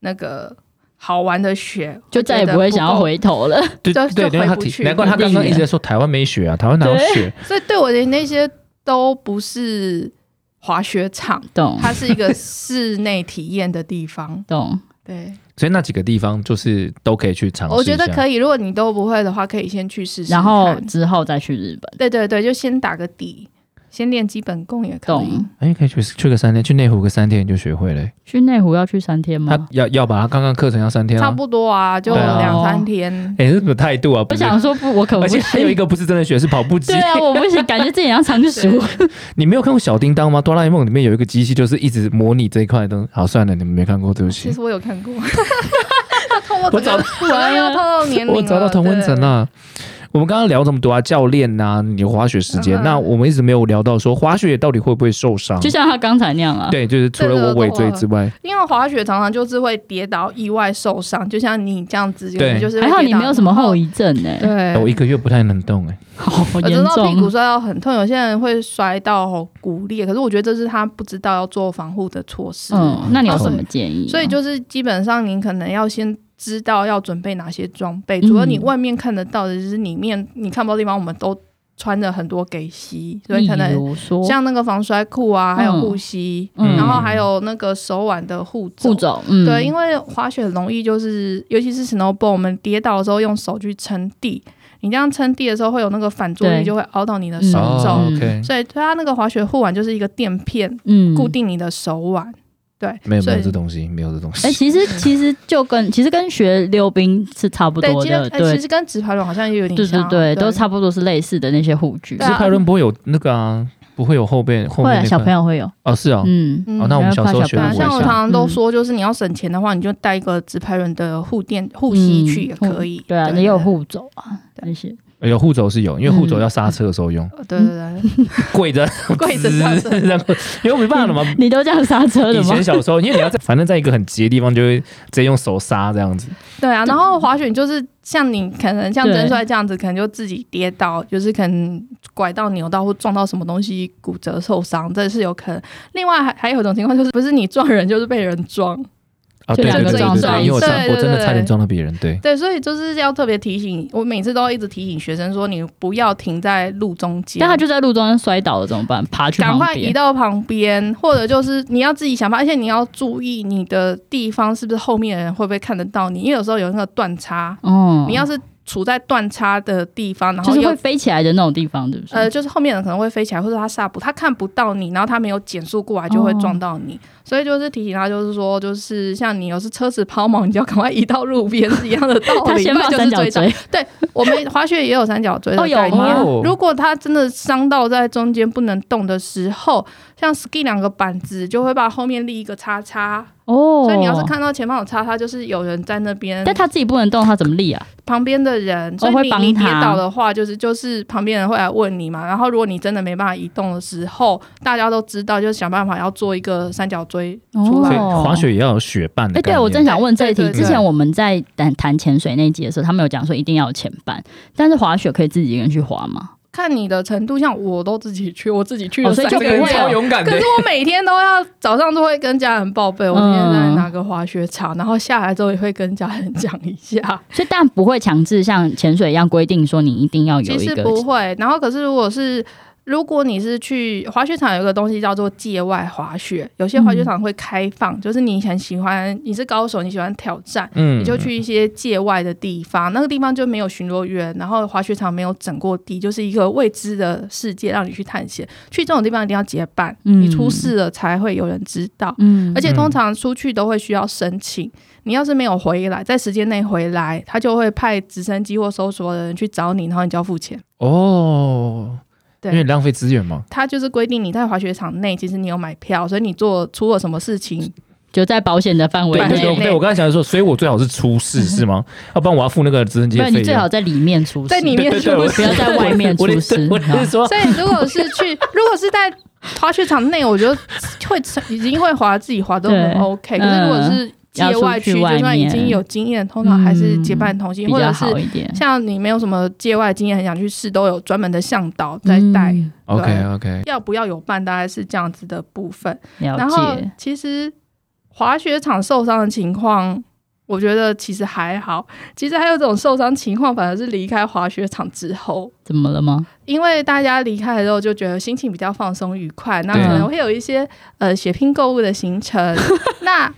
那个好玩的雪，
就再也
觉
不
得
会想要
够。
回头了。
对
就
对，
就
因为他
回不
提，
去
难怪他刚刚一直在说台湾没雪啊，台湾哪有
对
雪？
所以对我的那些都不是滑雪场，
[laughs] 懂。
它是一个室内体验的地方
[laughs] 懂，
对，
所以那几个地方就是都可以去尝试。
我觉得
以。
可以。如果你都不会的话，可以先去试试看。
然后之后再去日本，
对对对，就先打个底，先练基本功也可以
懂。
哎、可以去去个三天，去内湖个三天你就学会了、
去内湖要去三天
他
吗？
要要把他刚刚课程要三天、啊，
差不多啊，就
对啊
两三天。
哎、这什么态度啊？不
我
是
想说不，我可不
而且
行。
还有一个不是真的学，是跑步机
[laughs] 对。啊，我不行，感觉自己像仓鼠。
你没有看过小叮当吗？哆啦 A 梦里面有一个机器，就是一直模拟这一块东西。好，算了，你们没看过，对不
其
起。
实我有看过，他透露
我找 [laughs]
我要透露年龄了，
我找到同温层
啊对。
了。我们刚刚聊这么多啊，教练呐、你滑雪时间，
嗯
那我们一直没有聊到说滑雪到底会不会受伤
[laughs] 就？像他刚才那样啊。
对，就是除了我尾椎之外，
因为滑雪常常就是会跌倒、意外受伤，就像你这样子，
对
你就是
还好你没有什么后
遗。
遗症呢、
对，
哎我一个月不太能动哎、
[laughs] 好
我
严
知道屁股
重。
摔到很痛，有些人会摔到骨裂，可是我觉得这是他不知道要做防护的措施，
嗯，那你有
所
什
以
么建议吗？
所以就是基本上您可能要先知道要准备哪些装备，
嗯
除了你外面看得到的，就是里面你看不到的地方，我们都穿着很多给息，所以可
例
能
如说
像那个防摔裤啊，还有护膝，
嗯
然后还有那个手腕的护肘
护。肘，嗯，
对，因
为
为滑雪很容易就是，尤其是 snowboard，我们跌倒的时候用手去撑地，你这样撑地的时候会有那个反作
对
用力，就会凹到你的手
嗯
肘。
哦
嗯
，OK，
所以它那个滑雪护腕就是一个垫片，
嗯
固。定你的手腕。对，
没有没
所
有
以
这东西，没有这东西。
哎、其实其实就跟其实跟学溜冰是差不
对，
多
其实
的，
哎
对
其实跟直排轮好像也有点
对
像
对
啊，
对，都
对
哦
差不多是类似的那些护具
对。
其
啊
实派伦不会有那个啊，不会有后背后面
会啊
那
小朋
友
友会有，
哦，是哦，
嗯，
嗯
哦，那我们
要
小
怕
时候
小
学
对
的
啊，
不
朋
会
友
像我
想
常常都
嗯
说，就是你要省钱的话，你就带一个直排轮的护垫、护膝去也
嗯
可以。
对啊，也有，护肘啊那些， [laughs]
有护肘是有，因为护肘
嗯
要刹车的时候用，
对对对
[laughs]
对，
[laughs] 跪着
跪着刹
[laughs]
车
然后因为我没办法了嘛。
你都这样刹车
以
了吗
前？小时候，因为你要
[laughs]
在反正在一个很急的地方，就会直接用手刹这样子。
对啊。然后滑雪你就是像你可能像
对
真帅这样子，可能就自己跌倒，就是可能拐到、扭到或撞到什么东西，骨折受伤，这是有可能。另外还还有一种情况就是，不是你撞人就是被人撞。
啊，
就
对对
两
对
个
对
撞
对，
撞
因为我
对
差我
对
真的
对
差点撞到别人，对，
对，所以就是要特别提醒，我每次都要一直提醒学生说，你不要停在路中间，
但他就在路中间摔倒了，怎么办？爬去
赶
旁
快移
边，
到旁边，或者就是你要自己想办法，而且你要注意你的地方是不是后面的人会不会看得到你，因为有时候有那个断叉，
哦，
你要是处在断叉的地方，然
就
后
是
又
会飞起来的那种地方，对不对？
呃，就是后面的人可能会飞起来，或者他刹不，他看不到你，然后他没有减速过来，就
哦
会撞到你。所以就是提醒他，就是说，就是像你有时车子抛锚，你就要赶快移到路边是一样的道
[laughs] 他
理，
先
不然
把
哦就
三
是
角
追
锥，
我们滑雪也有三角锥的
哦有
概念
吗
哦
如果它真的伤到在中间不能动的时候，像 ski 两个板子就会把后面立一个叉叉，
哦，
所以你要是，看到前方有叉叉，就是有人在那边，
但他自己不能动，他怎么立啊？
旁边的人，所以
哦会
你、
帮
你跌
他
倒的话，就是就是旁边人会来问你嘛。然后如果你真的没办法移动的时候，大家都知道，就是想办法要做一个三角锥出
哦
所以
来。
滑雪也要有雪伴的
哎、
概
对
念。
我正想问这一
对对
题。
对
之前我们在谈谈潜水那一集的时候，他们有讲说一定要有前伴，但是滑雪可以自己一个人去滑吗？
看你的程度，像我都自己去， [laughs] 我自己去
哦
有
所以
三
就
个
不会
人
有 [laughs]
去
勇敢
可是我每天都要早上都会跟家人报备，我今天
嗯
在哪个滑雪场，然后下来之后也会跟家人讲一下。
所以但不会强制像潜水一样规定说你一定要有
其
一
实
个
不会，然后可是如果是。如果你是去滑雪场，有一个东西叫做界外滑雪，有些滑
嗯
雪场会开放，就是你很喜欢，你是高手，你喜欢挑战，
嗯
你就去一些界外的地方，那个地方就没有巡逻员，然后滑雪场没有整过地，就是一个未知的世界，让你去探险。去这种地方一定要结伴，
嗯
你出事了才会有人知道。
嗯
而且通常出去都会需要申请，你要是没有回来，在时间内回来，他就会派直升机或搜索的人去找你，然后你就要付钱。
哦，
对
因为浪费资源嘛。
他就是规定你在滑雪场内，其实你有买票，所以你做出了什么事情，
就在保险的范围
对对
对
对
内，
对
对，我刚才想说，所以我最好是出事
[laughs]
是吗？要不然我要付那个直升机
没有
的
你
费
最好
用。
在里面出事，
在里
对
面
对
出
对，我
不要在外面哦
我的
出事
我的是
[laughs]
说
所以如果是去，如果是在滑雪场内，我觉得会已经会滑自己滑都很
对嗯
OK。可是如果是界外区，
要出去外
就
面嗯
算已经有经验，通常还是结伴同行，
比
或者
较
是
好一点，
像你没有什么界外经验，很想去试，都有专门的向导在带。
嗯
OK OK，
要不要有伴，大概是这样子的部分。然
了
后
解。
其实滑雪场受伤的情况我觉得其实还好。其实还有这种受伤情况，反而是离开滑雪场之后，
怎么了吗？
因为大家离开了之后就觉得心情比较放松愉快，那可
对
能会有一些呃血拼购物的行
[laughs]
程。那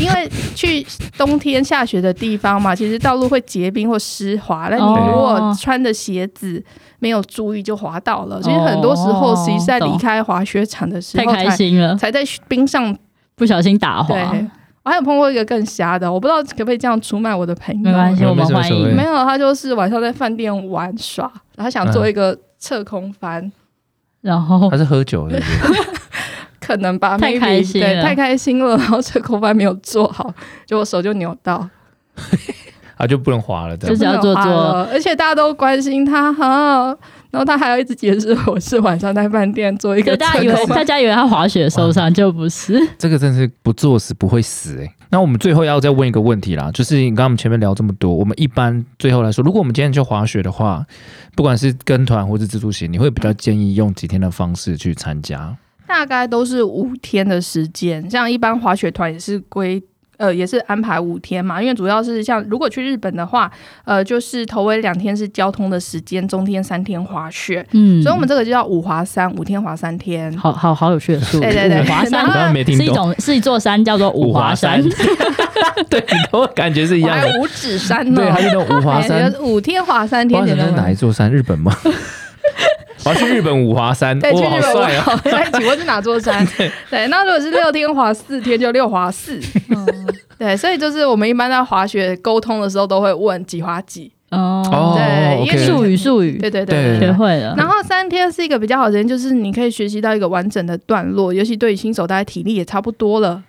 因为去冬天下雪的地方嘛，其实道路会结冰或湿滑，那你
哦
如果穿的鞋子没有注意就滑倒了。所以很多时候，
哦
实际在离
懂
开滑雪场的时
哦太
候
开
才
心了，
才在冰上。
不小心打滑
对，，我还有碰过一个更瞎的，我不知道可不可以这样出卖我的朋友。
没关系，
没
我们
没什么
欢
所谓
迎
没。有，他就是晚上在饭店玩耍，然后
嗯
想做一个侧空翻，
然后
他是喝酒的，
可能吧，
太
maybe，
开心
对
了
太开心了，然后侧空翻没有做好， [laughs] 结果手就扭到，
他就不能滑了，这
就
样
是要做
就没有
做
滑了而且大家都关心他哈、然后他还要一直解释我是晚上在饭店做一
对
个
大
侧
家以为
空翻
大。家以为他滑雪受伤，就不是。
这个真是不作死不会死哎、那我们最后要再问一个问题啦，就是你刚刚我们前面聊这么多，我们一般最后来说，如果我们今天去滑雪的话，不管是跟团或是自助行，你会比较建议用几天的方式去参
啊
加？
大概都是五天的时间，像一般滑雪团也是规。呃，也是安排五天嘛，因为主要是像如果去日本的话，呃，就是头尾两天是交通的时间，中间三天滑雪，
嗯，
所以我们这个就叫五滑三，五天滑三天。
好好好有趣的术语，
对对对
五华
然
我
后
刚刚
山
没听
是一
懂，
种是一座山，叫做五华山。 [laughs]
对，我感觉是一
我
样
还
的，
五指山呢，
对，它是那种五华
哎
山
你。就五天滑三
五
天，
华
简
山
单
是哪一座山？日本吗？ [laughs] 我要去日本五华山，
对，去
哇，
日
好
本玩。
帅啊！
哎，请问是哪座
[laughs]
山？对，那如果是六天滑四天，就六滑四。嗯对，所以就是我们一般在滑雪沟通的时候都会问几滑几。
哦，
对因为
OK
术语术语
对对对
对
学会了。
然后三天是一个比较好的时间，就是你可以学习到一个完整的段落，尤其对于新手，大家体力也差不多了。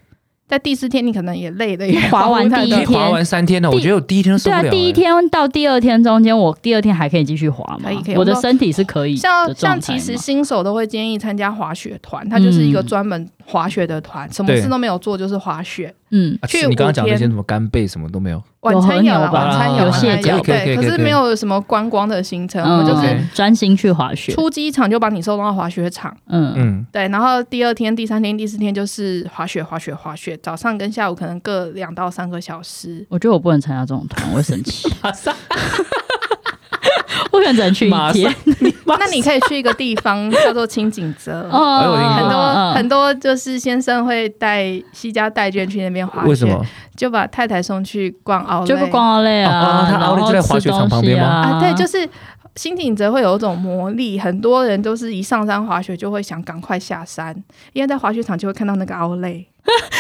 在第四天，你可能也累了，也
滑完
不太
第一
动
天
滑完三天了，我觉得我第一天都受不
对
了欸
啊
了。，
第一天到第二天中间，我第二天还可以继续滑嘛
可以可以？
我的
我们
身体是可以的
像像
状态
其
嘛
实新手都会建议参加滑雪团，它就是一个
嗯
专门滑雪的团，什么
对
事都没有做，就是滑雪。
嗯，
啊
去
你刚刚讲那
五
些
天
什么干贝什么都没有，
晚餐有啦，
有和牛吧
晚餐有，啊
有
晚餐
蟹脚
可以可以
对，
可
可
以
是没有什么观光的行程，我
嗯
们就
对
是
嗯专心去滑雪。
出机场就把你送到滑雪场，
嗯，
嗯，
对，然后第二天、第三天、第四天就是滑雪、滑雪、滑雪，早上跟下午可能各两到三个小时。
我觉得我不能参加这种团，我会生气。
[laughs] 马上
[laughs] 我可能只能去一
马
天
上。
那你可以去一个地方叫做清景泽。
哦
哎我听过
很多
嗯
很多就是先生会带西家带眷去那边滑雪，
嗯为什么？
就把太太送去逛奥
就
莱，
不光奥莱
哦
啊
哦，它
然后
奥莱就在滑雪场旁边吗
啊，对，就是是新景泽会有一种魔力，很多人都是一上山滑雪就会想赶快下山，因为在滑雪场就会看到那个奥
[laughs]
莱，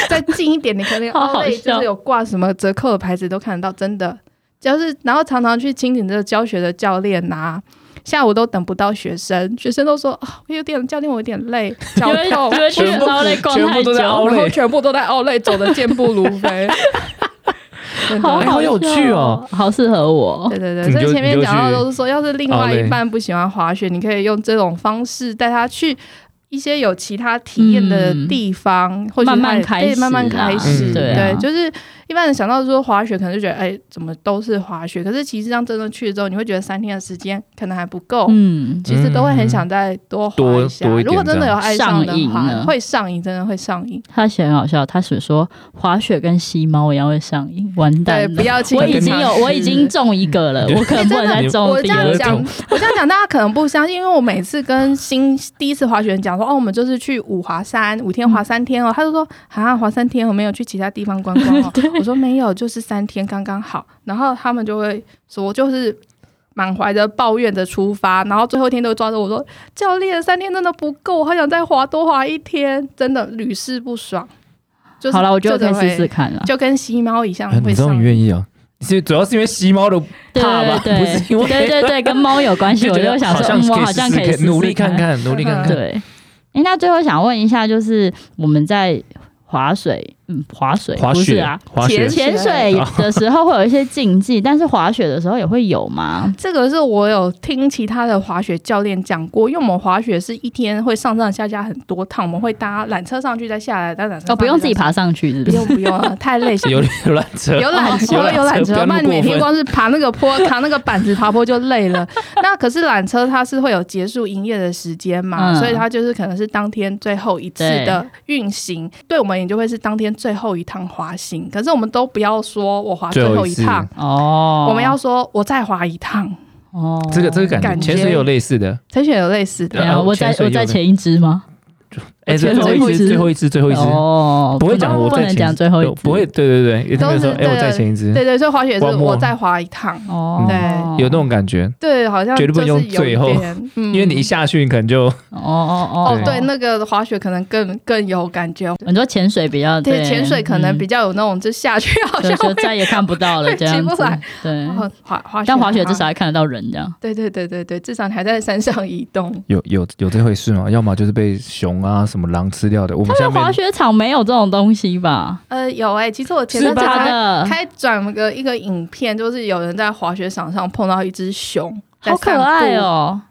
再近一点，你可能
好好
奥莱就
笑
是有挂什么折扣的牌子都看得到，真的。就是，然后常常去清景泽教学的教练呐、下午都等不到学生，学生都说啊、我有点教练，我有点累，脚
[laughs] 啊因为
痛，
因为去
全部
奥莱逛
全部
太
都在
久
奥，
然
莱
后全部都在奥莱走的健步如
[laughs]
飞。真的
好
哎好有
笑
趣哦，
好适合我。
对对对，
你
所
就
以前面
你就
讲到
去
都是说，要是另外
哦
一
对
半不喜欢滑雪，你可以用这种方式带他去一些有其他体验的地方，或者
嗯慢慢开始
慢慢开
啦
始。
嗯
对啊
对，就是一般人想到说滑雪，可能就觉得哎，怎么都是滑雪？可是其实让真正去了之后，你会觉得三天的时间可能还不够。
嗯，
其实都会很想再多滑
多
一下，
多一点
如果真的有爱上的
上瘾
话
了，
会上瘾，真的会上瘾。
他写很好笑，他是说滑雪跟吸猫一样会上瘾，完蛋
对，
了
不。要轻
我
易
已经有，
尝试
我已经中一个了，
对
我可能不能再中
我这
第二
样
个。
讲，我这样讲，大家可能不相信，因为我每次跟新第一次滑雪人讲说，哦，我们就是去五华山五
嗯
天滑三天哦，他就说啊，滑三天我没有去其他地方观
[laughs]
光哦，我说没有，就是三天刚刚好，然后他们就会说就是。满怀着抱怨的出发，然后最后一天都抓着我说：“教练，三天真的不够，我还想再滑多滑一天。”真的屡试不爽。就是
好了，我觉得我
真
可
的
以
会
试试，看啊了。
就跟吸猫一样
啊
嗯会
你知道
上
你愿意啊？是主要是因为吸猫的
对
怕吧，[laughs]
对
不是因为
对对对，跟猫有关系，
就
我
觉得
就想
好
说，
像
嗯，我好
试
像
试
可以试试
努力看。看，努力看看。
对，哎，那最后想问一下，就是我们在滑水，嗯，滑水
滑
不是
雪
啊，，
滑雪哦
前
潜水的时候会有一些禁忌， [laughs] 但是滑雪的时候也会有吗？
这个是我有听其他的滑雪教练讲过，因为我们滑雪是一天会上上下下很多趟，我们会搭缆车上去再下来，搭缆车上去
哦，不用自己，爬上去，是不
不
是
用？不用啊，太累了。
[laughs] 有游览
[laughs]
车，
有缆车，
有
有
缆
缆
车
车，
不要那么
那你每
过分
天光是爬那个坡、扛那个板子爬坡就累 [laughs] 了。那可是缆车它是会有结束营业的时间嘛，
嗯
所以它就是可能是当天最后一次的运行，对我们也就会是当天最后一趟滑行，可是我们都不要说我滑最后一趟，
哦，
我们要说我再滑一趟。
哦，
这个这个感
感
觉，
觉
潜水有类似的，
陈雪有类似的，
对啊，我在
潜水
我
有的
在前一支吗？
哎，这
潜水
最后一
一
只，
只
最后一只，最后一只，
哦，
不会讲我
不
在
能
前
讲最后一
对不会，对对对，一定会说，
都是
哎，我在前一只，
对对，所以滑雪是
荒漠
我再滑一趟。
哦，
对
有那种感觉，
对，好像
绝对不能
就是
用
有
最
一
后 [laughs]
点，因
因为你一下去，你可能就
哦哦哦
哦，对，那个滑雪可能更更有感觉，
很多潜水比较
对，潜水可能比较有那种，就下去好
嗯
像
就就
会
再也看不哦到了
会
这样
起
子
不来，
对
然。后滑滑雪，
但滑雪至少。还看得到人这样。
对对对对对，至少你还在山上移
[laughs]
动。
有有有这回事吗？要么就是被熊啊什么狼吃掉的，我们下
但滑
面
雪场没有这种东西吧？
呃，有哎、其实我前
是
阵子
吧
开
的，
开转个一个影片，就是有人在滑雪场上碰到一只熊，
好可爱。哦！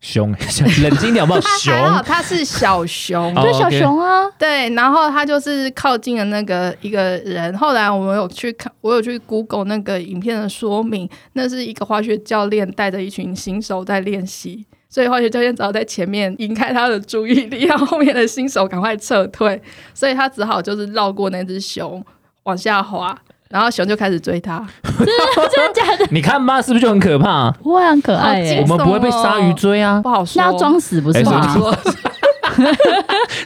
熊， [laughs] 冷静点好不好？
[laughs]
熊
还好它是小熊，
哦
对，小
OK
熊啊，
对，然后他就是靠近了那个一个人。后来我们有去看，我有去 Google 那个影片的说明，那是一个滑雪教练带着一群新手在练习，所以滑雪教练只好在前面引开他的注意力，让后面的新手赶快撤退，所以他只好就是绕过那只熊往下滑。然后熊就开始追他，
[laughs] 真的假的？
你看吧，是不是就很可怕？
哇，很可爱
好
耶
惊
我！们不会被鲨鱼追啊，
不好说。
那要装死不是
哎
吗
所？
说，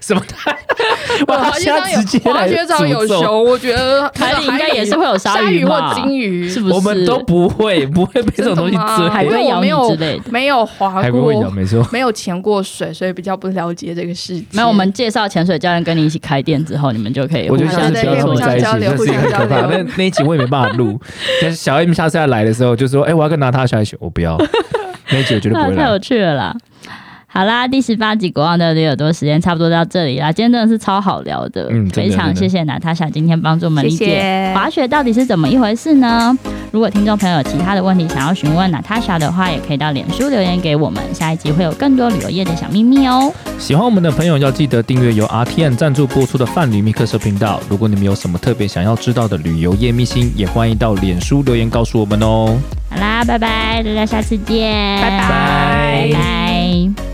什么态度？哇，
滑
他
雪
现
场
在直接
啊有滑
来
雪场有
诅咒，
熊，我觉得
海里应该也是会有鲨
鲨
鱼
或
吧？
金鱼，
是不是？
我们都不会，不会被这种东西
真的吗
海
追。
龟咬你
因为我
之类的。
没有滑
海龟会咬，
过，
没错。 [laughs]
没有潜过水，所以比较不了解这个世界。
没有，我们介绍潜水教练跟你一起开店之后，你们就可以
我
互
觉得
下
下
相
次
次
不
对
要跟
互
我
相
在一起，
交流
这是一个很可怕。
互
那
相
那一集我也没办
[laughs]
法录。但是小 M 下次要来的时候，就说：“哎，我要跟拿他小 H，我不要。”
[laughs]
那一集我绝对不
那
会
[laughs] 太有
来。
趣了啦！好啦，第十八集国王的驴耳朵时间差不多到这里啦。今天真的是超好聊的，
嗯真的
非常
真的
谢谢娜塔莎今天帮助我们理解
谢谢
滑雪到底是怎么一回事呢？如果听众朋友有其他的问题想要询问娜塔莎的话，也可以到脸书留言给我们。下一集会有更多旅游业的小秘密哦。
喜欢我们的朋友要记得订阅由 RTN 赞助播出的范旅密克社频道。如果你们有什么特别想要知道的旅游业秘辛，也欢迎到脸书留言告诉我们哦。
好啦，拜拜，大家下次见，
拜拜
拜拜